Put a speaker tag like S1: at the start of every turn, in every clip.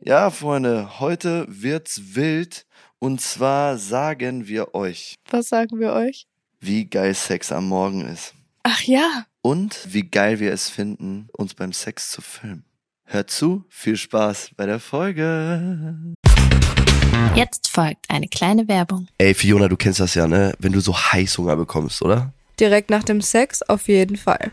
S1: Ja, Freunde, heute wird's wild. Und zwar sagen wir euch,
S2: Was sagen wir euch?
S1: wie geil Sex am Morgen ist.
S2: Ach ja,
S1: Und wie geil wir es finden, uns beim Sex zu filmen. Hört zu, viel Spaß bei der Folge.
S3: Jetzt folgt eine kleine Werbung.
S1: Ey, Fiona, du kennst das ja, ne? Wenn du so Heißhunger bekommst, oder?
S2: direkt nach dem Sex auf jeden Fall.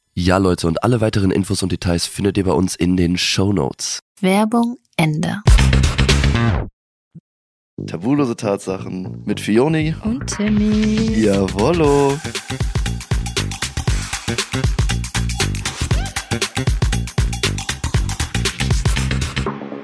S1: Ja, Leute, und alle weiteren Infos und Details findet ihr bei uns in den Show Notes.
S3: Werbung Ende.
S1: Tabulose Tatsachen mit Fioni.
S3: Und Timmy.
S1: Jawollo.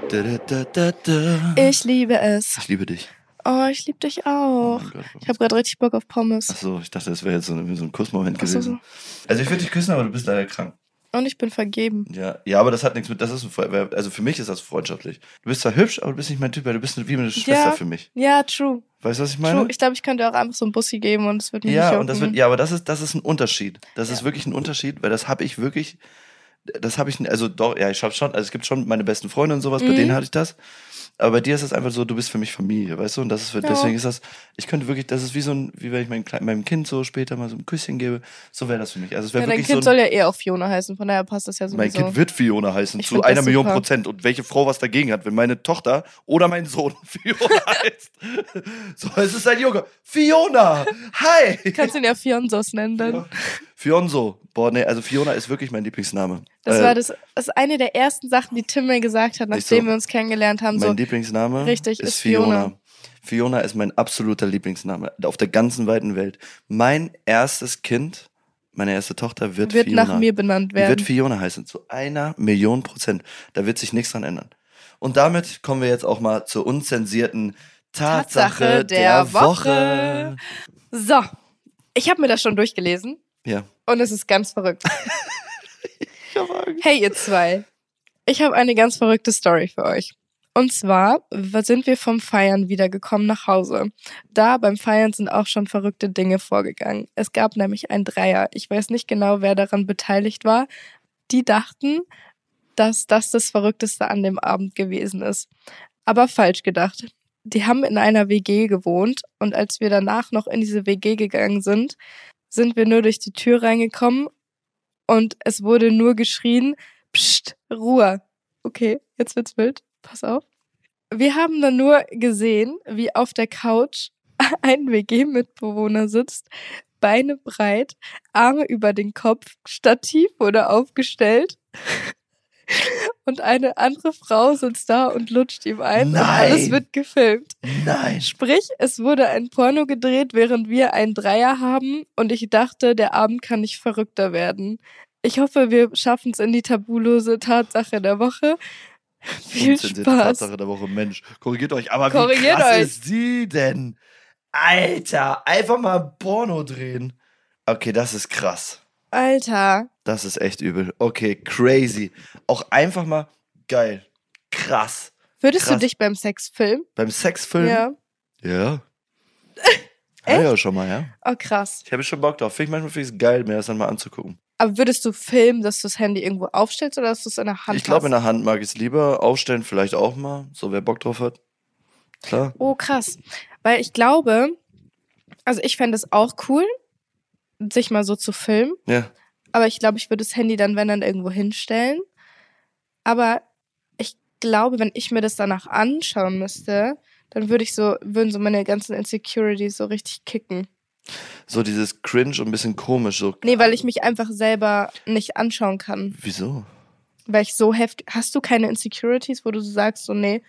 S1: Da, da, da, da, da.
S2: Ich liebe es.
S1: Ich liebe dich.
S2: Oh, ich liebe dich
S1: Oh
S2: auch.
S1: mein Gott, warum-
S2: Ich habe gerade richtig Bock auf Pommes.
S1: Achso, ich dachte, das wäre jetzt so ein, so ein Kussmoment
S2: Ach so,
S1: gewesen. Also ich würde dich küssen, aber du bist leider krank.
S2: Und ich bin vergeben.
S1: Ja, ja, aber das hat nichts mit. Das ist ein, Fre- also für mich ist das freundschaftlich. Du bist zwar hübsch, aber du bist nicht mein Typ, weil du bist wie eine Schwester
S2: Ja.
S1: für mich.
S2: Ja, true.
S1: Weißt du, was ich meine?
S2: True. Ich glaube, ich könnte auch einfach so einen Bussi geben und es wird mich nicht
S1: Ja,
S2: jucken.
S1: und das wird, ja, aber das ist, das ist ein Unterschied. Das ist
S2: mhm. Ja.
S1: wirklich ein Unterschied, weil das habe ich wirklich, das habe ich, also doch, ja, ich habe schon, also es gibt schon meine besten Freunde und sowas, bei
S2: Mhm.
S1: denen hatte ich das. Aber bei dir ist es einfach so, du bist für mich Familie, weißt du? Und das ist, für-
S2: Ja.
S1: deswegen ist das, ich könnte wirklich, das ist wie so ein, wie wenn ich meinem, Kleinen- meinem Kind so später mal so ein Küsschen gebe, so wäre das für mich. Also es wäre
S2: ja, dein
S1: wirklich
S2: Kind
S1: so
S2: soll
S1: ein,
S2: ja eh auch Fiona heißen, von daher passt das ja sowieso.
S1: mein Kind wird Fiona heißen,
S2: Ich
S1: zu
S2: find das
S1: einer Million
S2: super.
S1: Prozent. Und welche Frau was dagegen hat, wenn meine Tochter oder mein Sohn Fiona heißt. So, es ist ein Junge. Fiona! Hi!
S2: Kannst du ihn ja Fionsos nennen dann.
S1: Ja. Fionso. Boah, nee, also Fiona ist wirklich mein Lieblingsname.
S2: Das
S1: Äh,
S2: war das, das ist eine der ersten Sachen, die Tim mir gesagt hat,
S1: Nicht
S2: nachdem
S1: so.
S2: wir uns kennengelernt haben.
S1: mein
S2: So,
S1: Lieblingsname
S2: Richtig,
S1: ist
S2: ist Fiona.
S1: Fiona. Fiona ist mein absoluter Lieblingsname auf der ganzen weiten Welt. Mein erstes Kind, meine erste Tochter wird,
S2: wird
S1: Fiona.
S2: nach mir benannt
S1: Die wird
S2: werden.
S1: Fiona heißen, zu einer Million Prozent. Da wird sich nichts dran ändern. Und damit kommen wir jetzt auch mal zur unzensierten Tatsache,
S2: Tatsache
S1: der,
S2: der
S1: Woche.
S2: Woche. so, ich habe mir das schon durchgelesen
S1: Ja.
S2: und es ist ganz verrückt. Hey ihr zwei, ich habe eine ganz verrückte Story für euch. Und zwar w- sind wir vom Feiern wiedergekommen nach Hause. Da beim Feiern sind auch schon verrückte Dinge vorgegangen. Es gab nämlich ein Dreier. Ich weiß nicht genau, wer daran beteiligt war. Die dachten, dass das das Verrückteste an dem Abend gewesen ist. Aber falsch gedacht. Die haben in einer WG gewohnt und als wir danach noch in diese WG gegangen sind, sind wir nur durch die Tür reingekommen und es wurde nur geschrien, Psst, Ruhe. Okay, jetzt wird's wild. Pass auf. Wir haben dann nur gesehen, wie auf der Couch ein WG-Mitbewohner sitzt, Beine breit, Arme über den Kopf, Stativ wurde aufgestellt. Und eine andere Frau sitzt da und lutscht ihm ein. Und alles
S1: Nein.
S2: wird gefilmt.
S1: Nein.
S2: Sprich, es wurde ein Porno gedreht, während wir einen Dreier haben und ich dachte, der Abend kann nicht verrückter werden. Ich hoffe, wir schaffen es in die tabulose Tatsache der Woche. Viel
S1: Unzensierte
S2: Spaß.
S1: Tatsache der Woche. Mensch, korrigiert euch. Aber
S2: Korrigiert
S1: wie krass
S2: euch.
S1: ist die denn? Alter, einfach mal ein Porno drehen. Okay, das ist krass.
S2: Alter.
S1: Das ist echt übel. Okay, crazy. Auch einfach mal geil. Krass.
S2: Würdest du
S1: Krass.
S2: dich beim Sex filmen?
S1: Beim Sexfilm?
S2: Ja.
S1: Ja. Ja, ja, schon mal, ja.
S2: Oh, krass.
S1: Ich habe schon Bock drauf. Finde ich manchmal finde ich's geil, mir das dann mal anzugucken.
S2: Aber würdest du filmen, dass du das Handy irgendwo aufstellst oder dass du es in der Hand
S1: ich glaube, in
S2: hast?
S1: der Hand mag ich es lieber. Aufstellen vielleicht auch mal. So, wer Bock drauf hat. Klar.
S2: Oh, krass. Weil ich glaube, also ich fände es auch cool, sich mal so zu filmen.
S1: Ja.
S2: Aber ich glaube, ich würde das Handy dann, wenn dann, irgendwo hinstellen. Aber ich glaube, wenn ich mir das danach anschauen müsste, dann würde ich so, würden so meine ganzen Insecurities so richtig kicken.
S1: So dieses Cringe und ein bisschen komisch. So.
S2: Nee, weil ich mich einfach selber nicht anschauen kann.
S1: Wieso?
S2: Weil ich so heftig. Hast du keine Insecurities, wo du so sagst, so, nee,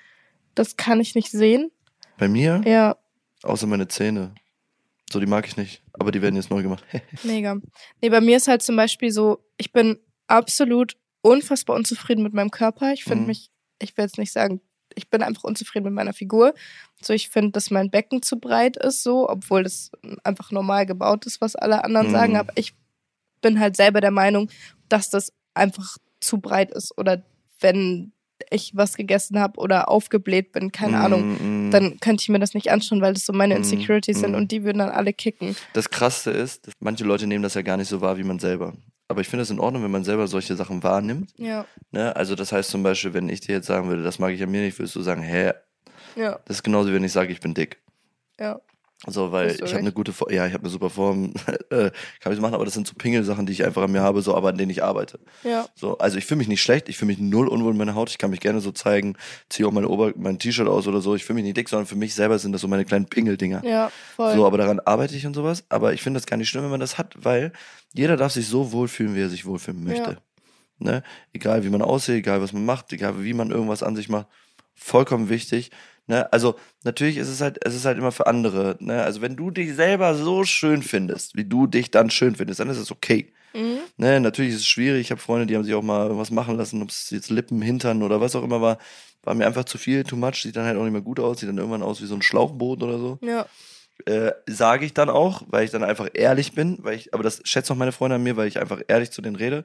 S2: das kann ich nicht sehen?
S1: Bei mir?
S2: Ja,
S1: Außer meine Zähne. So, die mag ich nicht. Aber die werden jetzt neu gemacht.
S2: mega. Nee, bei mir ist halt zum Beispiel so, ich bin absolut unfassbar unzufrieden mit meinem Körper. Ich finde
S1: Mhm.
S2: mich, ich will jetzt nicht sagen, ich bin einfach unzufrieden mit meiner Figur. So, ich finde, dass mein Becken zu breit ist, so, obwohl das einfach normal gebaut ist, was alle anderen
S1: Mhm.
S2: sagen. Aber ich bin halt selber der Meinung, dass das einfach zu breit ist. Oder wenn ich was gegessen habe oder aufgebläht bin, keine Ahnung.
S1: Mm, mm.
S2: Dann könnte ich mir das nicht anschauen, weil das so meine
S1: Mhm,
S2: Insecurities sind
S1: mhm.
S2: und die würden dann alle kicken.
S1: Das Krasse ist, dass manche Leute nehmen das ja gar nicht so wahr wie man selber. Aber ich finde es in Ordnung, wenn man selber solche Sachen wahrnimmt.
S2: Ja,
S1: Ne? Also, das heißt zum Beispiel, wenn ich dir jetzt sagen würde, das mag ich an mir nicht, würdest du sagen, hä,
S2: ja,
S1: das ist genauso, wie wenn ich sage, ich bin dick.
S2: ja.
S1: So, weil
S2: Hast
S1: ich
S2: du
S1: habe
S2: recht.
S1: eine gute Form, ja, ich habe eine super Form, äh, kann ich machen, aber das sind so Pingelsachen, die ich einfach an mir habe, so, aber an denen ich arbeite.
S2: Ja,
S1: So, also ich fühle mich nicht schlecht, ich fühle mich null unwohl in meiner Haut, ich kann mich gerne so zeigen, ziehe auch meine Ober mein T-Shirt aus oder so, ich fühle mich nicht dick, sondern für mich selber sind das so meine kleinen Pingeldinger.
S2: ja, voll.
S1: so, aber daran arbeite ich und sowas, aber ich finde das gar nicht schlimm, wenn man das hat, weil jeder darf sich so wohlfühlen, wie er sich wohlfühlen möchte. Ne? Egal wie man aussieht, egal was man macht, egal wie man irgendwas an sich macht, vollkommen wichtig. Ne? Also natürlich ist es halt, es ist halt immer für andere. Ne? Also wenn du dich selber so schön findest, wie du dich dann schön findest, dann ist es okay.
S2: mhm.
S1: Ne? Natürlich ist es schwierig. Ich habe Freunde, die haben sich auch mal irgendwas machen lassen, ob es jetzt Lippen, Hintern oder was auch immer war. War mir einfach zu viel, too much, sieht dann halt auch nicht mehr gut aus, sieht dann irgendwann aus wie so ein Schlauchboot oder so
S2: Ja,
S1: äh, sage ich dann auch, weil ich dann einfach ehrlich bin, weil ich, aber das schätzen auch meine Freunde an mir, weil ich einfach ehrlich zu denen rede.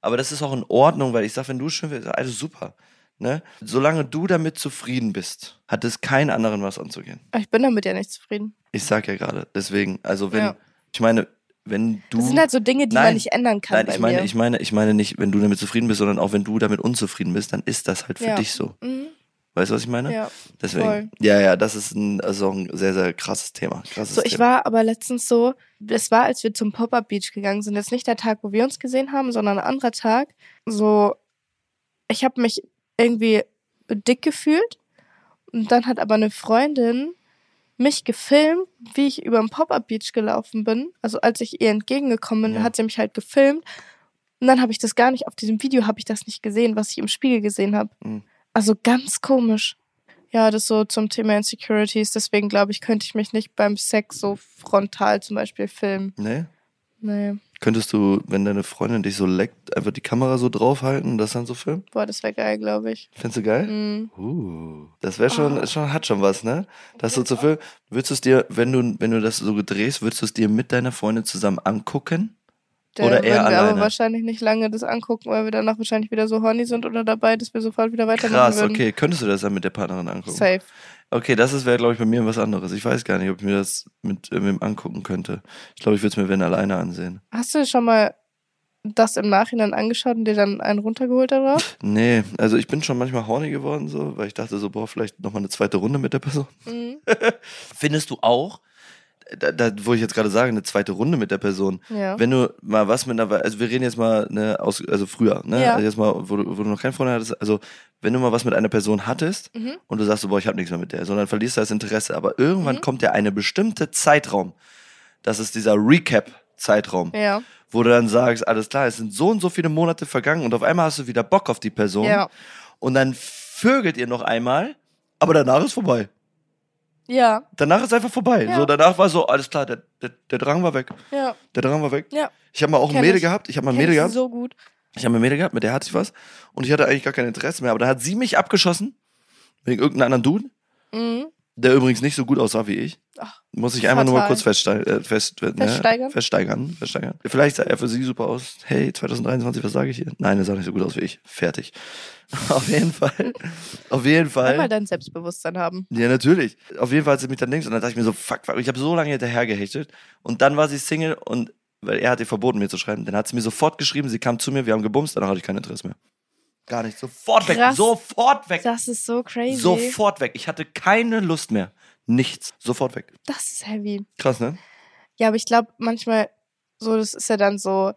S1: Aber das ist auch in Ordnung, weil ich sage, wenn du schön bist, alles super. Ne? Solange du damit zufrieden bist, hat es keinen anderen was anzugehen.
S2: aber ich bin damit ja nicht zufrieden.
S1: Ich sag ja gerade, deswegen, also wenn,
S2: Ja.
S1: ich meine, wenn du.
S2: Das sind halt so Dinge, die man
S1: Nein.
S2: nicht ändern kann
S1: nein,
S2: bei
S1: ich meine,
S2: mir.
S1: ich meine, ich meine nicht, wenn du damit zufrieden bist, sondern auch wenn du damit unzufrieden bist, dann ist das halt für
S2: Ja.
S1: dich so.
S2: mhm.
S1: Weißt du, was ich meine?
S2: Ja.
S1: Deswegen.
S2: voll.
S1: Ja, ja, das ist ein, also ein sehr, sehr krasses Thema. Krasses
S2: So, ich
S1: Thema.
S2: war aber letztens so, es war, als wir zum Pop-Up Beach gegangen sind, jetzt nicht der Tag, wo wir uns gesehen haben, sondern ein anderer Tag. So, ich habe mich irgendwie dick gefühlt und dann hat aber eine Freundin mich gefilmt, wie ich über den Pop-Up Beach gelaufen bin. Also als ich ihr entgegengekommen bin,
S1: Ja.
S2: hat sie mich halt gefilmt. Und dann habe ich das gar nicht auf diesem Video habe ich das nicht gesehen, was ich im Spiegel gesehen habe.
S1: Mhm.
S2: Also ganz komisch. Ja, das so zum Thema Insecurities. Deswegen glaube ich, könnte ich mich nicht beim Sex so frontal zum Beispiel filmen.
S1: Nee?
S2: Nee,
S1: Könntest du, wenn deine Freundin dich so leckt, einfach die Kamera so draufhalten und das dann so filmen?
S2: boah, das wäre geil, glaube ich.
S1: Findest du geil?
S2: Mhm.
S1: Uh, das wäre schon,
S2: Ah.
S1: ist schon, hat schon was, ne? Das so zu filmen. Würdest du es dir, wenn du, wenn du das so drehst, würdest du es dir mit deiner Freundin zusammen angucken?
S2: Da
S1: Oder
S2: würden
S1: eher
S2: wir aber
S1: alleine.
S2: wahrscheinlich nicht lange das angucken, weil wir danach wahrscheinlich wieder so horny sind oder dabei, dass wir sofort wieder weitermachen
S1: Krass,
S2: würden.
S1: okay. Könntest du das dann mit der Partnerin angucken?
S2: Safe.
S1: Okay, das ist- wäre, glaube ich, bei mir was anderes. Ich weiß gar nicht, ob ich mir das mit äh, wem angucken könnte. Ich glaube, ich würde es mir wenn alleine ansehen.
S2: Hast du schon mal das im Nachhinein angeschaut und dir dann einen runtergeholt darauf?
S1: Nee, also ich bin schon manchmal horny geworden, so, weil ich dachte so, boah, vielleicht nochmal eine zweite Runde mit der Person.
S2: Mhm.
S1: Findest du auch, da, da wo ich jetzt gerade sage, eine zweite Runde mit der Person,
S2: Ja.
S1: wenn du mal was mit einer, also wir reden jetzt mal ne, aus, also früher, ne?
S2: Ja.
S1: Also jetzt mal, wo du, wo du noch keinen Freund hattest, also wenn du mal was mit einer Person hattest
S2: Mhm.
S1: und du sagst so, boah, ich habe nichts mehr mit der, sondern verlierst du das Interesse, aber irgendwann
S2: Mhm.
S1: kommt ja eine bestimmte Zeitraum. Das ist dieser Recap-Zeitraum,
S2: Ja.
S1: wo du dann sagst, alles klar, es sind so und so viele Monate vergangen und auf einmal hast du wieder Bock auf die Person
S2: Ja.
S1: und dann vögelt ihr noch einmal, aber danach ist vorbei
S2: Ja.
S1: danach ist einfach vorbei.
S2: Ja.
S1: So, danach war so, alles klar, der, der, der Drang war weg.
S2: Ja.
S1: Der Drang war weg.
S2: Ja.
S1: Ich habe mal auch ein
S2: Kenn
S1: Mädel
S2: ich.
S1: gehabt. Ich habe mal ein
S2: Kennst
S1: Mädel
S2: du
S1: gehabt.
S2: so gut.
S1: Ich habe eine Mädel gehabt, mit der hatte ich was. Und ich hatte eigentlich gar kein Interesse mehr. Aber dann hat sie mich abgeschossen. Wegen irgendeinem anderen Dude,
S2: Mhm.
S1: der übrigens nicht so gut aussah wie ich.
S2: Ach,
S1: Muss ich einfach nur mal
S2: fatal.
S1: kurz feststeigern. Äh, fest, ne?
S2: Feststeigern?
S1: Versteigern, versteigern. Vielleicht sah er für sie super aus. Hey, 2023, was sage ich hier? Nein, er sah nicht so gut aus wie ich. Fertig. Auf jeden Fall. Auf jeden
S2: Weil mal
S1: Fall.
S2: dein Selbstbewusstsein haben.
S1: Ja, natürlich. Auf jeden Fall hat sie mich dann links und dann dachte ich mir so, fuck, fuck. Ich habe so lange hinterher gehechtet. Und dann war sie Single und, weil er hat ihr verboten, mir zu schreiben. Dann hat sie mir sofort geschrieben, sie kam zu mir, wir haben gebumst, danach hatte ich kein Interesse mehr. Gar nicht. Sofort weg.
S2: Krass.
S1: Sofort weg.
S2: Das ist so crazy.
S1: Sofort weg. Ich hatte keine Lust mehr. Nichts. Sofort weg.
S2: Das ist heavy.
S1: Krass, ne?
S2: Ja, aber ich glaube manchmal, so, das ist ja dann so,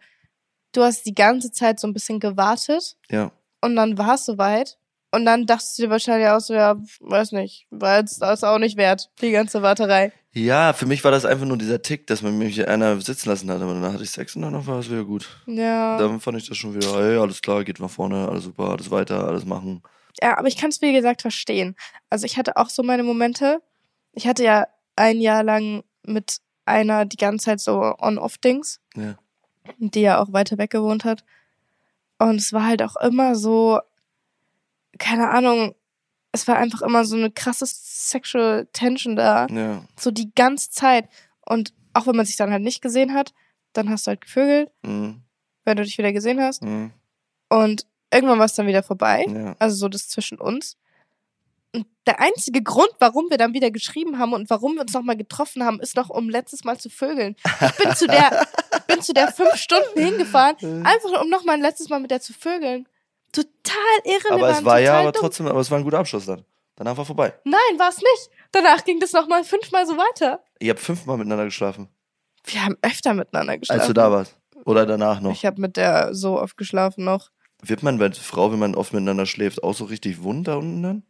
S2: du hast die ganze Zeit so ein bisschen gewartet
S1: Ja.
S2: und dann war es soweit. Und dann dachtest du dir wahrscheinlich auch so, ja, weiß nicht, war jetzt das auch nicht wert, die ganze Warterei.
S1: Ja, für mich war das einfach nur dieser Tick, dass man mich einer sitzen lassen hat, aber danach hatte ich Sex und danach war es wieder gut.
S2: Ja.
S1: Dann fand ich das schon wieder, ey, alles klar, geht nach vorne, alles super, alles weiter, alles machen.
S2: ja, aber ich kann es wie gesagt verstehen. Also ich hatte auch so meine Momente. Ich hatte ja ein Jahr lang mit einer die ganze Zeit so On-Off-Dings,
S1: Ja.
S2: die ja auch weiter weg gewohnt hat. Und es war halt auch immer so, keine Ahnung, es war einfach immer so eine krasse Sexual Tension da.
S1: Ja.
S2: So die ganze Zeit. Und auch wenn man sich dann halt nicht gesehen hat, dann hast du halt gevögelt,
S1: Mhm.
S2: wenn du dich wieder gesehen hast.
S1: Mhm.
S2: Und irgendwann war es dann wieder vorbei.
S1: Ja.
S2: Also so das zwischen uns. Und der einzige Grund, warum wir dann wieder geschrieben haben und warum wir uns nochmal getroffen haben, ist noch, um letztes Mal zu vögeln. Ich bin zu der, bin zu der fünf Stunden hingefahren, einfach nur, um nochmal ein letztes Mal mit der zu vögeln. Total irrelevant.
S1: Aber es war
S2: total
S1: ja, aber
S2: dumm.
S1: trotzdem, aber es war ein guter Abschluss dann. Danach war vorbei.
S2: Nein, war es nicht. Danach ging das nochmal fünfmal so weiter.
S1: Ihr habt fünfmal miteinander geschlafen,
S2: Wir haben öfter miteinander geschlafen.
S1: als du da warst. Oder danach noch.
S2: Ich habe mit der so oft geschlafen noch.
S1: Wird man als Frau, wenn man oft miteinander schläft, auch so richtig wund da unten dann?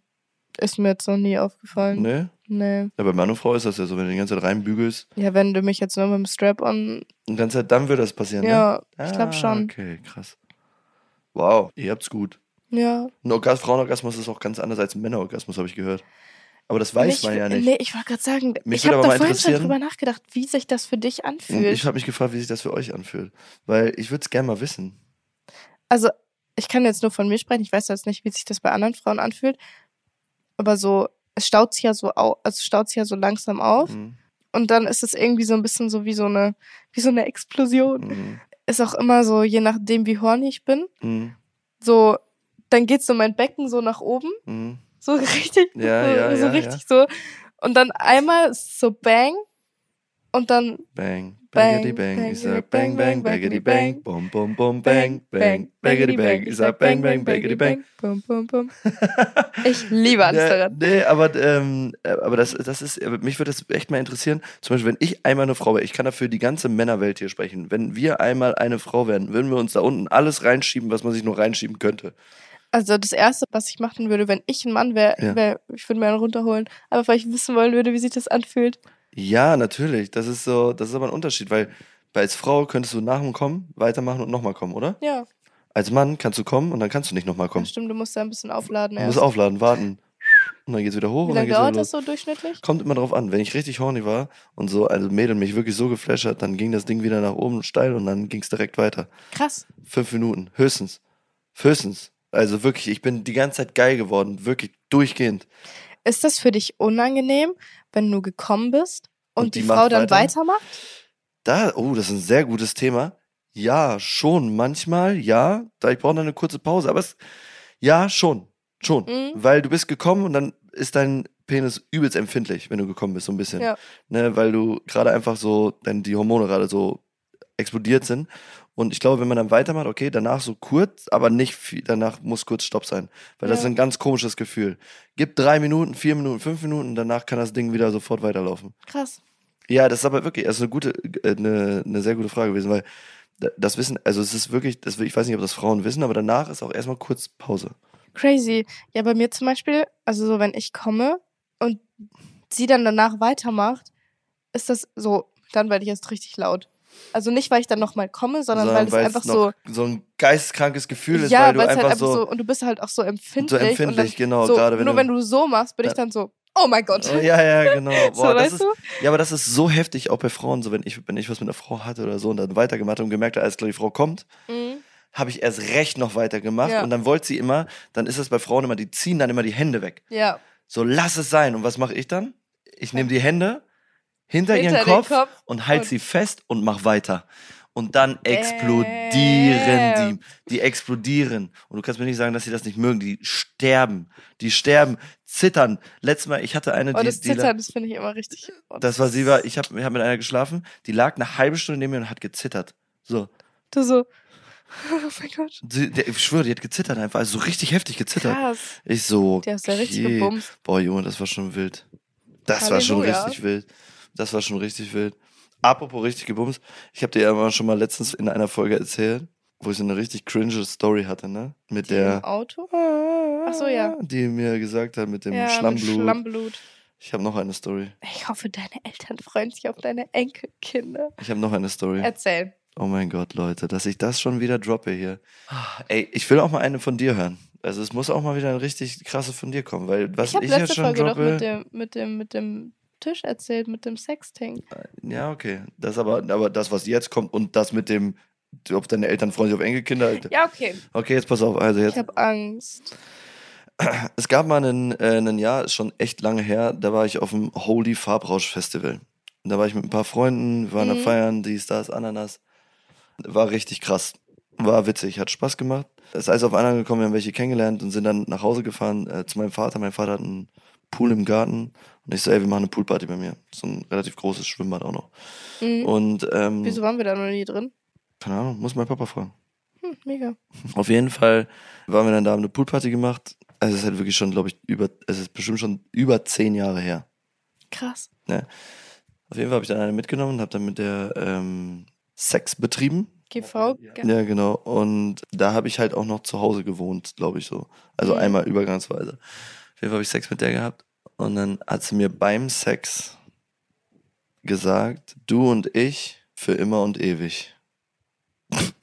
S2: Ist mir jetzt noch nie aufgefallen.
S1: Nee?
S2: Nee.
S1: Ja, bei Mann und Frau ist das ja so, wenn du die ganze Zeit reinbügelst.
S2: Ja, wenn du mich jetzt nur mit dem Strap-on.
S1: Und die ganze Zeit, dann würde das passieren, ne?
S2: Ja, ich
S1: Ah,
S2: glaube schon.
S1: Okay, krass. Wow, ihr habt's gut.
S2: Ja.
S1: Ein Orgas Frauenorgasmus ist auch ganz anders als ein Männerorgasmus, habe ich gehört. Aber das weiß
S2: Mich-
S1: man ja nicht.
S2: Nee, ich wollte gerade sagen,
S1: Mich
S2: ich
S1: würde aber
S2: habe da
S1: mal
S2: vorhin schon
S1: interessieren-
S2: drüber nachgedacht, wie sich das für dich
S1: Und
S2: anfühlt.
S1: ich habe mich gefragt, wie sich das für euch anfühlt. Weil ich würde es gerne mal wissen.
S2: also, ich kann jetzt nur von mir sprechen, ich weiß jetzt nicht, wie sich das bei anderen Frauen anfühlt, aber so, es staut sich ja so au also es staut sich ja so langsam auf
S1: Mhm.
S2: und dann ist es irgendwie so ein bisschen so wie so eine, wie so eine Explosion.
S1: Mhm.
S2: Ist auch immer so, je nachdem, wie horny ich bin,
S1: Mhm.
S2: so, dann geht so mein Becken so nach oben,
S1: Mhm.
S2: so richtig,
S1: Ja,
S2: so,
S1: ja,
S2: so
S1: ja,
S2: richtig so. Und dann einmal ist so bang und dann
S1: Bang,
S2: Bang,
S1: baggity bang,
S2: bang,
S1: ich sag bang, bang,
S2: bang, bang,
S1: baggity
S2: bang.
S1: bang, bum, bum, bum, bang, bang, baggity bang, ich sag bang, bang, baggity bang.
S2: Bum, bum, bum. Ich liebe alles daran.
S1: Nee, nee, aber, ähm, äh, aber das, das ist, äh, mich würde das echt mal interessieren. Zum Beispiel, wenn ich einmal eine Frau wäre, ich kann dafür die ganze Männerwelt hier sprechen. Wenn wir einmal eine Frau wären, würden wir uns da unten alles reinschieben, was man sich nur reinschieben könnte.
S2: Also das Erste, was ich machen würde, wenn ich ein Mann wäre,
S1: Ja.
S2: wär, ich würde mir einen runterholen, aber weil ich wissen wollen würde, wie sich das anfühlt.
S1: Ja, natürlich. Das ist so, das ist aber ein Unterschied, weil weil als Frau könntest du nach dem Kommen weitermachen und nochmal kommen, oder?
S2: Ja,
S1: Als Mann kannst du kommen und dann kannst du nicht nochmal kommen.
S2: stimmt, du musst da ein bisschen aufladen
S1: Du musst
S2: erst.
S1: aufladen, warten. Und dann geht's wieder hoch
S2: Wie
S1: und dann
S2: lange
S1: geht's wieder
S2: dauert
S1: los.
S2: das so durchschnittlich?
S1: Kommt immer drauf an. Wenn ich richtig horny war und so, also Mädel mich wirklich so geflasht hat, dann ging das Ding wieder nach oben steil und dann ging's direkt weiter.
S2: Krass.
S1: Fünf Minuten, höchstens. Höchstens. Also wirklich, ich bin die ganze Zeit geil geworden, wirklich durchgehend.
S2: Ist das für dich unangenehm, wenn du gekommen bist und,
S1: Und die
S2: die,
S1: macht
S2: Frau dann
S1: weiter?
S2: weitermacht?
S1: Da, oh, das ist ein sehr gutes Thema. Ja, schon, manchmal, ja. Da ich brauche noch eine kurze Pause, aber es, ja, schon, schon.
S2: Mhm.
S1: Weil du bist gekommen und dann ist dein Penis übelst empfindlich, wenn du gekommen bist, so ein bisschen.
S2: Ja.
S1: Ne, weil du gerade einfach so, dann die Hormone gerade so explodiert sind. Und ich glaube, wenn man dann weitermacht, okay, danach so kurz, aber nicht viel, danach muss kurz Stopp sein. Weil das
S2: Ja.
S1: ist ein ganz komisches Gefühl. Gib drei Minuten, vier Minuten, fünf Minuten, danach kann das Ding wieder sofort weiterlaufen.
S2: Krass.
S1: Ja, das ist aber wirklich das ist eine gute, äh, eine, eine sehr gute Frage gewesen, weil da- das wissen, also es ist wirklich, das, ich weiß nicht, ob das Frauen wissen, aber danach ist auch erstmal kurz Pause.
S2: Crazy. Ja, bei mir zum Beispiel, also so, wenn ich komme und sie dann danach weitermacht, ist das so, dann werde ich erst richtig laut. Also nicht, weil ich dann nochmal komme, sondern, weil es einfach so,
S1: noch so ein geisteskrankes Gefühl ist,
S2: ja,
S1: weil du
S2: es
S1: einfach,
S2: halt einfach so,
S1: so,
S2: und du bist halt auch so empfindlich.
S1: so
S2: und dann
S1: empfindlich, genau,
S2: so,
S1: gerade wenn
S2: nur
S1: du,
S2: wenn du so machst, bin
S1: Ja.
S2: ich dann so, oh mein Gott.
S1: Oh, ja, ja, genau.
S2: so,
S1: Boah, das
S2: weißt
S1: ist,
S2: du?
S1: ja, aber das ist so heftig, auch bei Frauen, so wenn ich, wenn ich was mit einer Frau hatte oder so und dann weitergemacht habe und gemerkt habe, alles klar, die Frau kommt,
S2: Mhm.
S1: habe ich erst recht noch weitergemacht.
S2: Ja.
S1: Und dann wollte sie immer, dann ist das bei Frauen immer, die ziehen dann immer die Hände weg.
S2: Ja.
S1: So, lass es sein. Und was mache ich dann? Ich nehme die Hände hinter,
S2: Hinter
S1: ihren
S2: den
S1: Kopf,
S2: Kopf
S1: und halte
S2: und-
S1: sie fest und mach weiter. Und dann explodieren die. Die explodieren. Und du kannst mir nicht sagen, dass sie das nicht mögen. Die sterben. Die sterben, zittern. Letztes Mal, ich hatte eine,
S2: Und
S1: die,
S2: Oh, das
S1: die la-
S2: Zittern, das finde ich immer richtig.
S1: das war sie war, ich habe hab mit einer geschlafen, die lag eine halbe Stunde neben mir und hat gezittert. So,
S2: Du so, oh mein Gott.
S1: sie, der, ich schwöre, die hat gezittert einfach, also so richtig heftig gezittert.
S2: Krass.
S1: Ich so,
S2: Die hast du ja richtig
S1: okay.
S2: gebumst.
S1: Boah, Junge, das war schon wild. Das war schon
S2: Halleluja.
S1: richtig wild. Das war schon richtig wild. Apropos richtig gebumst, ich habe dir ja mal schon mal letztens in einer Folge erzählt, wo ich so eine richtig cringe Story hatte, ne? Mit
S2: Die Im
S1: der,
S2: Auto? Ach so, ja.
S1: die mir gesagt hat mit dem
S2: ja,
S1: Schlammblut.
S2: Mit Schlammblut.
S1: ich habe noch eine Story.
S2: Ich hoffe, deine Eltern freuen sich auf deine Enkelkinder.
S1: Ich habe noch eine Story.
S2: Erzähl.
S1: Oh mein Gott, Leute, dass ich das schon wieder droppe hier. Ey, ich will auch mal eine von dir hören. Also es muss auch mal wieder eine richtig krasse von dir kommen, weil was
S2: ich habe
S1: ich, jetzt
S2: letzte
S1: schon
S2: Folge doch
S1: droppe.
S2: mit dem, mit, dem, mit dem Tisch erzählt, mit dem Sexting.
S1: ja, okay. Das aber, aber das, was jetzt kommt und das mit dem, ob deine Eltern freuen sich auf Enkelkinder.
S2: Ja, okay.
S1: Okay, jetzt pass auf. Also
S2: Ich
S1: jetzt,
S2: habe Angst.
S1: es gab mal einen, äh, einen Jahr, ist schon echt lange her, da war ich auf dem Holy Farbrausch Festival. Und da war ich mit ein paar Freunden, wir waren am
S2: Mhm.
S1: Feiern, dies, das, Ananas. War richtig krass. War witzig, hat Spaß gemacht. Es ist alles auf anderen gekommen, wir haben welche kennengelernt und sind dann nach Hause gefahren äh, zu meinem Vater. Mein Vater hat einen Pool im Garten und ich so, ey, wir machen eine Poolparty bei mir. So ein relativ großes Schwimmbad auch noch.
S2: Mhm.
S1: Und ähm,
S2: Wieso waren wir da noch nie drin?
S1: keine Ahnung, muss mein Papa fragen.
S2: Hm, mega.
S1: Auf jeden Fall waren wir dann da, haben eine Poolparty gemacht. Also es ist halt wirklich schon, glaube ich, über, es ist bestimmt schon über zehn Jahre her.
S2: Krass.
S1: Auf jeden Fall habe ich dann eine mitgenommen und habe dann mit der ähm, Sex betrieben.
S2: GV? Ja.
S1: Ja, genau. Und da habe ich halt auch noch zu Hause gewohnt, glaube ich so. Also
S2: Mhm.
S1: einmal übergangsweise. Auf jeden Fall habe ich Sex mit der gehabt. Und dann hat sie mir beim Sex gesagt, du und ich für immer und ewig.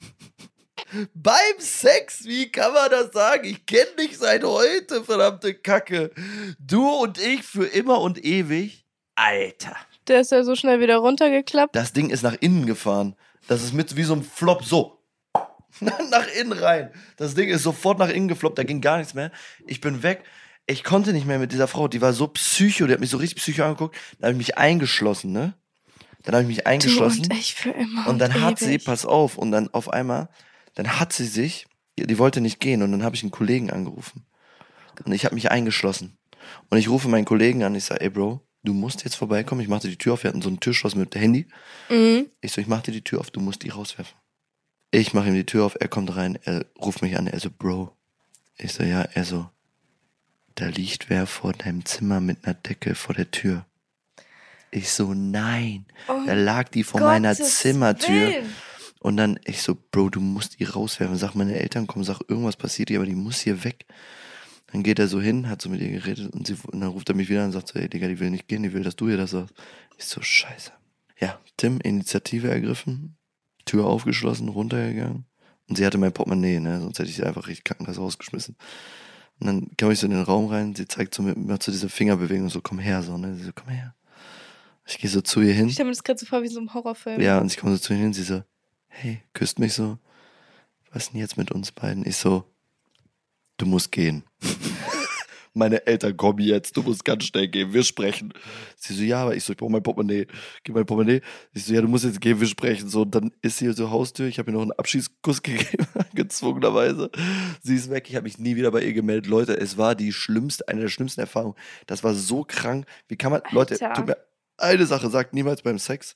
S1: beim Sex? Wie kann man das sagen? Ich kenne dich seit heute, verdammte Kacke. Du und ich für immer und ewig? Alter.
S2: Der ist ja so schnell wieder runtergeklappt.
S1: Das Ding ist nach innen gefahren. Das ist mit wie so einem Flop so. nach innen rein. Das Ding ist sofort nach innen gefloppt, da ging gar nichts mehr. Ich bin weg. Ich konnte nicht mehr mit dieser Frau, die war so psycho, die hat mich so richtig psycho angeguckt. Dann habe ich mich eingeschlossen, ne? Dann habe ich mich
S2: Du
S1: eingeschlossen.
S2: und ich für immer.
S1: Und dann hat sie,
S2: ewig.
S1: pass auf, und dann auf einmal, dann hat sie sich, die wollte nicht gehen, und dann habe ich einen Kollegen angerufen. Und ich habe mich eingeschlossen. Und ich rufe meinen Kollegen an, ich sage, ey Bro, du musst jetzt vorbeikommen. Ich machte die Tür auf, wir hatten so ein Türschloss mit Handy.
S2: Mhm.
S1: Ich so, ich mach dir die Tür auf, du musst die rauswerfen. Ich mache ihm die Tür auf, er kommt rein, er ruft mich an, er so, Bro. Ich so, ja, er so, da liegt wer vor deinem Zimmer mit einer Decke vor der Tür. Ich so, nein,
S2: Oh,
S1: da lag die vor meiner
S2: Gottes
S1: Zimmertür.
S2: Willen.
S1: Und dann, ich so, Bro, du musst die rauswerfen. Sag, meine Eltern kommen, sag, irgendwas passiert hier, aber die muss hier weg. Dann geht er so hin, hat so mit ihr geredet und, sie, und dann ruft er mich wieder an und sagt so, ey Digga, die will nicht gehen, die will, dass du ihr das sagst. Ich so, scheiße. Ja, Tim, Initiative ergriffen, Tür aufgeschlossen, runtergegangen. Und sie hatte mein Portemonnaie, ne? Sonst hätte ich sie einfach richtig krankenhaus rausgeschmissen. Und dann kam ich so in den Raum rein, sie zeigt so mit, macht so diese Fingerbewegung, so, komm her, so, ne? Sie so, komm her. Ich gehe so zu ihr hin.
S2: Ich stelle mir das gerade so vor wie in so einem Horrorfilm.
S1: Ja, und ich komme so zu ihr hin, sie so, hey, küsst mich so. Was ist denn jetzt mit uns beiden? Ich so, du musst gehen. Meine Eltern kommen jetzt, du musst ganz schnell gehen, wir sprechen. Sie so, ja, aber ich so, ich brauche mein Portemonnaie, gib mein Portemonnaie. Ich so, ja, du musst jetzt gehen, wir sprechen. So, und dann ist sie zur Haustür, ich habe ihr noch einen Abschiedskuss gegeben, gezwungenerweise. Sie ist weg, ich habe mich nie wieder bei ihr gemeldet. Leute, es war die schlimmste, eine der schlimmsten Erfahrungen. Das war so krank. Wie kann man, Leute,
S2: Alter.
S1: tut mir eine Sache, sagt niemals beim Sex,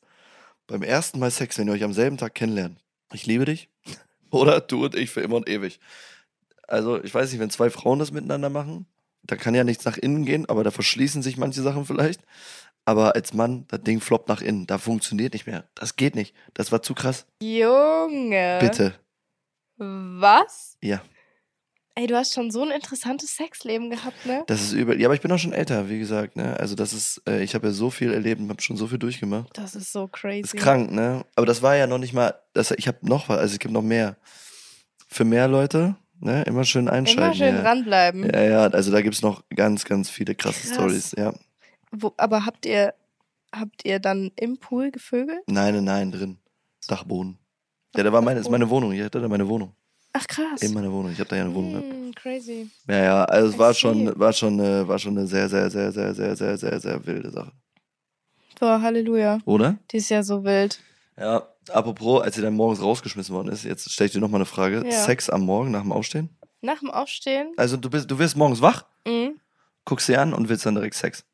S1: beim ersten Mal Sex, wenn ihr euch am selben Tag kennenlernt, ich liebe dich oder du und ich für immer und ewig. Also, ich weiß nicht, wenn zwei Frauen das miteinander machen, da kann ja nichts nach innen gehen, aber da verschließen sich manche Sachen vielleicht. Aber als Mann, das Ding floppt nach innen. Da funktioniert nicht mehr. Das geht nicht. Das war zu krass.
S2: Junge.
S1: Bitte.
S2: Was?
S1: Ja,
S2: Ey, du hast schon so ein interessantes Sexleben gehabt, ne?
S1: das ist übel. Ja, aber ich bin auch schon älter, wie gesagt. Ne? Also, das ist, äh, ich habe ja so viel erlebt und habe schon so viel durchgemacht.
S2: Das ist so crazy.
S1: Ist krank, ne? Aber das war ja noch nicht mal, das, ich habe noch was, also ich habe noch mehr. Für mehr Leute, ne? Immer schön einschalten.
S2: Immer schön
S1: ja.
S2: dranbleiben.
S1: Ja, ja, also da gibt es noch ganz, ganz viele krasse
S2: Krass.
S1: Stories. Ja.
S2: Wo, aber habt ihr, habt ihr dann im Pool gevögelt?
S1: Nein, nein, nein, drin. Dachboden. Ja, da war meine, ist meine Wohnung. Ich hatte da meine Wohnung.
S2: Ach krass.
S1: in meiner Wohnung. Ich habe da ja eine Wohnung gehabt.
S2: Hm, crazy.
S1: Ja, ja, also es
S2: I
S1: war
S2: see.
S1: schon, war schon, eine, war schon eine sehr, sehr, sehr, sehr, sehr, sehr, sehr, sehr wilde Sache.
S2: Boah, Halleluja.
S1: Oder?
S2: Die ist ja so wild.
S1: Ja. Apropos, als sie dann morgens rausgeschmissen worden ist, jetzt stelle ich dir nochmal eine Frage.
S2: Ja.
S1: Sex am Morgen nach dem Aufstehen?
S2: Nach dem Aufstehen?
S1: Also du bist, du wirst morgens wach,
S2: Mhm.
S1: guckst sie an und willst dann direkt Sex.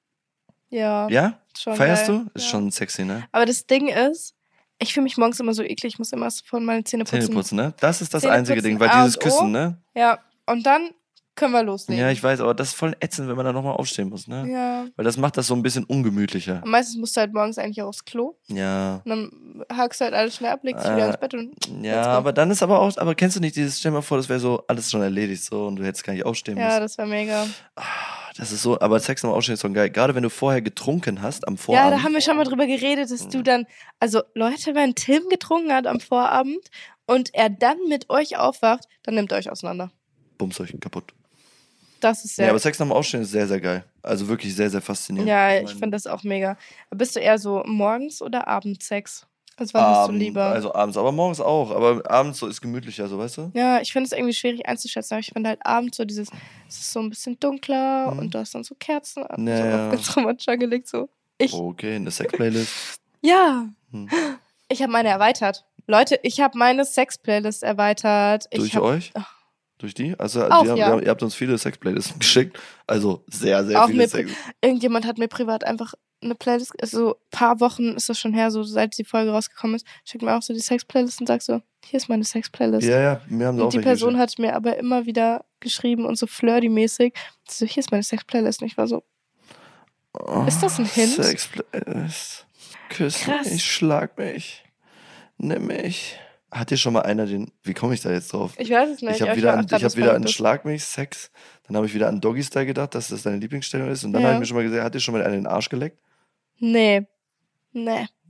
S2: Ja,
S1: Ja?
S2: schon.
S1: Feierst
S2: geil.
S1: du? Ist
S2: ja.
S1: schon sexy, ne?
S2: Aber das Ding ist, ich fühle mich morgens immer so eklig. Ich muss immer von meine Zähne putzen.
S1: Zähne putzen, ne? Das ist das
S2: Zähne
S1: einzige
S2: putzen,
S1: Ding, weil
S2: A
S1: dieses
S2: und O.
S1: Küssen, ne?
S2: Ja, und dann können wir loslegen.
S1: Ja, ich weiß, aber das ist voll ätzend, wenn man da nochmal aufstehen muss, ne?
S2: Ja.
S1: Weil das macht das so ein bisschen ungemütlicher.
S2: Und meistens musst du halt morgens eigentlich auch aufs Klo.
S1: Ja.
S2: Und dann hakst du halt alles schnell ab, legst dich
S1: Äh,
S2: wieder ins Bett und.
S1: Ja,
S2: go.
S1: aber dann ist aber auch, aber kennst du nicht dieses, stell dir mal vor, das wäre so alles schon erledigt so und du hättest gar nicht aufstehen
S2: Ja,
S1: müssen.
S2: das war mega.
S1: Ah, Das ist so, aber Sex am Aufstehen ist schon geil. Gerade wenn du vorher getrunken hast am
S2: Ja,
S1: Vorabend.
S2: da haben wir schon mal drüber geredet, dass du dann, also Leute, wenn Tim getrunken hat am Vorabend und er dann mit euch aufwacht, dann nimmt er euch auseinander.
S1: Bums euch kaputt.
S2: Das ist
S1: Ja,
S2: sehr.
S1: aber Sex am Aufstehen ist sehr, sehr geil. Also wirklich sehr, sehr faszinierend.
S2: ja,
S1: meine,
S2: ich finde das auch mega. Bist du eher so morgens oder Abendsex? Also wann bist du
S1: Abend-
S2: lieber?
S1: Also abends, aber morgens auch. Aber abends so ist gemütlicher, so weißt du?
S2: ja, ich finde es irgendwie schwierig einzuschätzen, aber ich finde halt abends so dieses, es ist so ein bisschen dunkler
S1: Mhm.
S2: und du hast dann so Kerzen an,
S1: Ja,
S2: so
S1: ja.
S2: auf ganz romantischer gelegt, so. Ich,
S1: Okay, eine Sex-Playlist.
S2: ja,
S1: Hm.
S2: ich habe meine erweitert. Leute, ich habe meine Sex-Playlist erweitert. Ich
S1: Durch
S2: hab,
S1: euch? Durch die? Also,
S2: Auch,
S1: die haben,
S2: ja.
S1: wir haben- ihr habt uns viele Sex-Playlists geschickt. Also sehr, sehr
S2: Auch
S1: viele
S2: mit-
S1: Sex.
S2: irgendjemand hat mir privat einfach eine Playlist, also ein paar Wochen ist das schon her, so seit die Folge rausgekommen ist, schickt mir auch so die Sex-Playlist und sagt so, hier ist meine Sex-Playlist.
S1: Ja, ja, mir haben sie auch
S2: und die
S1: welche
S2: Person
S1: geschickt.
S2: hat mir aber immer wieder geschrieben und so flirty-mäßig, so, hier ist meine Sex-Playlist. Und ich war so,
S1: Oh,
S2: Ist das ein Hint?
S1: äh, Sex-Playlist. Küss
S2: Krass.
S1: mich, schlag mich. Nimm mich. Hat dir schon mal einer den. Wie komme ich da jetzt drauf?
S2: ich weiß es nicht.
S1: Ich habe
S2: aber
S1: wieder,
S2: war
S1: an,
S2: auch grad
S1: ich hab wieder an
S2: verrückt.
S1: Schlag mich, Sex. Dann habe ich wieder an Doggy Style gedacht, dass das deine Lieblingsstellung ist. Und dann
S2: Ja.
S1: habe ich mir schon mal gesagt, hat dir schon mal einer den Arsch geleckt?
S2: Nee. Nee.
S1: Boah,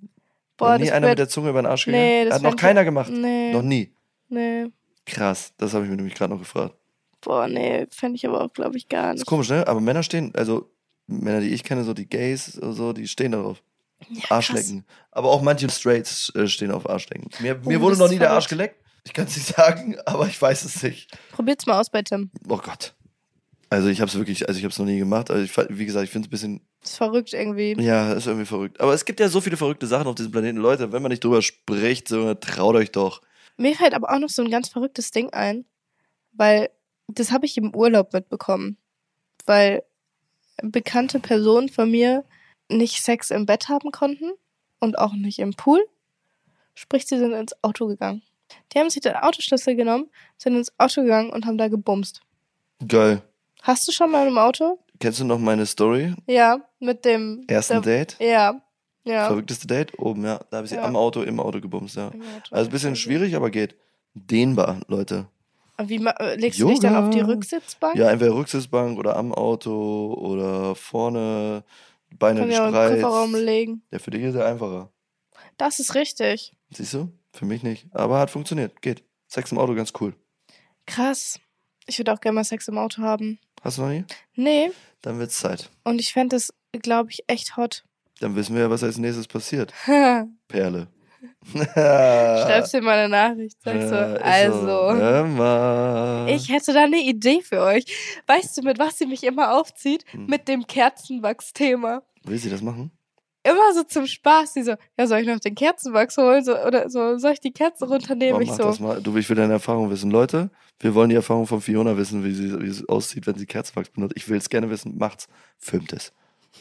S2: Boah,
S1: noch nie
S2: das
S1: einer
S2: wird,
S1: mit der Zunge über den Arsch
S2: Nee,
S1: gegangen?
S2: das
S1: hat noch
S2: fänd ich-
S1: keiner gemacht.
S2: Nee.
S1: Noch nie.
S2: Nee.
S1: Krass, das habe ich mir nämlich gerade noch gefragt.
S2: Boah, nee. Fände ich aber auch, glaube ich, gar
S1: Ist
S2: nicht.
S1: komisch, ne? Aber Männer stehen, also Männer, die ich kenne, so die Gays, so, die stehen darauf. Arschlecken. Aber auch manche Straights äh, stehen auf Arschlecken. Mir, mir
S2: Oh,
S1: wurde
S2: das
S1: noch
S2: ist
S1: nie der
S2: verrückt.
S1: Arsch geleckt. Ich kann es nicht sagen, aber ich weiß es nicht.
S2: Probiert's mal aus bei Tim.
S1: Oh Gott. Also ich habe es wirklich, also ich habe es noch nie gemacht. Also ich, fa- wie gesagt, ich finde es ein bisschen,
S2: Ist verrückt irgendwie.
S1: ja, ist irgendwie verrückt. Aber es gibt ja so viele verrückte Sachen auf diesem Planeten. Leute, wenn man nicht drüber spricht, so, traut euch doch.
S2: Mir fällt aber auch noch so ein ganz verrücktes Ding ein, weil das habe ich im Urlaub mitbekommen. Weil bekannte Personen von mir nicht Sex im Bett haben konnten und auch nicht im Pool. Sprich, sie sind ins Auto gegangen. Die haben sich den Autoschlüssel genommen, sind ins Auto gegangen und haben da gebumst.
S1: Geil.
S2: Hast du schon mal im Auto?
S1: Kennst du noch meine Story?
S2: Ja, mit dem.
S1: Ersten
S2: der,
S1: Date?
S2: Ja, ja.
S1: Verrückteste Date? Oben, ja. Da habe ich sie
S2: Ja.
S1: am Auto, im Auto gebumst, ja.
S2: Im Auto.
S1: Also ein bisschen schwierig, aber geht. Dehnbar, Leute.
S2: Und Wie ma- äh, legst du dich dann
S1: Yoga.
S2: auf die Rücksitzbank?
S1: Ja, entweder Rücksitzbank oder am Auto oder vorne, Beine
S2: Kann ja im Kofferraum
S1: gespreizt.
S2: legen.
S1: Ja, für dich ist er einfacher.
S2: Das ist richtig.
S1: Siehst du? Für mich nicht. Aber hat funktioniert. Geht. Sex im Auto, ganz cool.
S2: Krass. Ich würde auch gerne mal Sex im Auto haben.
S1: Hast du noch nie?
S2: Nee,
S1: Dann wird's Zeit.
S2: und ich fände es, glaube ich, echt hot.
S1: Dann wissen wir ja, was als nächstes passiert.
S2: Schreib's
S1: Perle. Schreibst
S2: dir mal eine Nachricht, sag so,
S1: Äh, ne?
S2: also. Ich hätte da eine Idee für euch. Weißt du, mit was sie mich immer aufzieht?
S1: Hm.
S2: Mit dem Kerzenwachs-Thema.
S1: Will sie das machen?
S2: Immer so zum Spaß. Sie so, ja, soll ich noch den Kerzenwachs holen? So, oder so, soll ich die Kerze runternehmen?
S1: Komm,
S2: Ich
S1: mach
S2: so,
S1: das mal. Du, ich will deine Erfahrung wissen. Leute, wir wollen die Erfahrung von Fiona wissen, wie sie wie es aussieht, wenn sie Kerzenwachs benutzt. Ich will es gerne wissen. Macht's. Filmt es.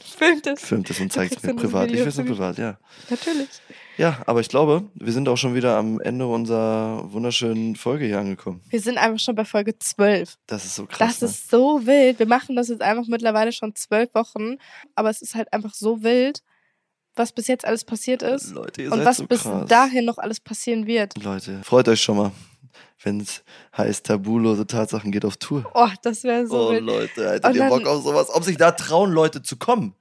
S2: filmt es.
S1: Filmt es und
S2: Du
S1: zeigt es
S2: kriegst
S1: mir
S2: dann das
S1: privat. Ich
S2: Video
S1: will es nur
S2: von mir.
S1: privat, ja.
S2: Natürlich.
S1: Ja, aber ich glaube, wir sind auch schon wieder am Ende unserer wunderschönen Folge hier angekommen.
S2: Wir sind einfach schon bei Folge 12.
S1: Das ist so krass. ne?
S2: Das ist so wild. Wir machen das jetzt einfach mittlerweile schon zwölf Wochen, aber es ist halt einfach so wild, was bis jetzt alles passiert
S1: ne?
S2: ist
S1: Leute, ihr
S2: und
S1: seid
S2: was
S1: so
S2: bis
S1: krass.
S2: dahin noch alles passieren wird.
S1: Leute, freut euch schon mal, wenn es heißt, tabulose Tatsachen geht auf Tour.
S2: Oh, das wäre so
S1: oh
S2: wild.
S1: Leute,
S2: Und
S1: hättet ihr
S2: dann-
S1: Bock auf sowas? Ob sich da trauen, Leute zu kommen?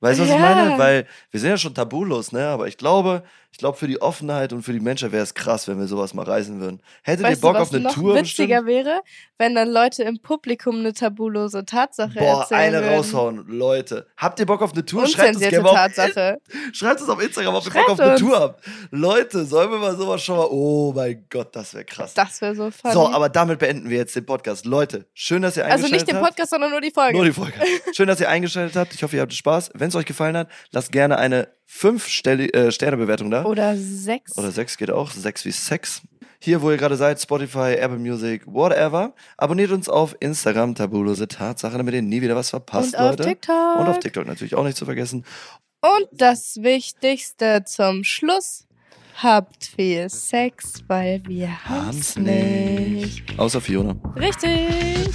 S1: Weißt du, was ich
S2: Ja.
S1: meine? Weil wir sind ja schon tabulos, ne? Aber ich glaube, ich glaube, für die Offenheit und für die Menschheit wäre es krass, wenn wir sowas mal reisen würden. Hättet ihr
S2: Weißt
S1: Bock
S2: du, was
S1: auf eine
S2: noch
S1: Tour?
S2: witziger
S1: bestimmt?
S2: wäre, wenn dann Leute im Publikum eine tabulose Tatsache
S1: Boah,
S2: erzählen
S1: eine
S2: würden.
S1: raushauen, Leute. Habt ihr Bock auf eine Tour? Schreibt uns gerne
S2: Unzensierte
S1: mal auf,
S2: Tatsache.
S1: Schreibt uns auf Instagram, ob ihr
S2: Schreibt
S1: Bock auf eine
S2: uns.
S1: Tour habt. Leute, sollen wir mal sowas schon mal. Oh mein Gott, das wäre krass.
S2: Das wäre so funny.
S1: so, aber damit beenden wir jetzt den Podcast. Leute, schön, dass ihr
S2: also
S1: eingeschaltet
S2: nicht den
S1: habt.
S2: Podcast, sondern nur die Folge.
S1: Nur die Folge. Schön, dass ihr eingeschaltet habt. Ich hoffe, ihr habt Spaß. Wenn es euch gefallen hat, lasst gerne eine 5-Sterne-Bewertung da.
S2: Oder sechs.
S1: Oder 6 geht auch. 6 wie Sex. Hier, wo ihr gerade seid, Spotify, Apple Music, whatever. Abonniert uns auf Instagram, tabulose Tatsache, damit ihr nie wieder was verpasst,
S2: und auf
S1: Leute.
S2: TikTok.
S1: Und auf TikTok natürlich auch nicht zu vergessen.
S2: Und das Wichtigste zum Schluss. Habt viel Sex, weil wir
S1: Haben's
S2: haben's nicht.
S1: nicht. Außer Fiona.
S2: Richtig.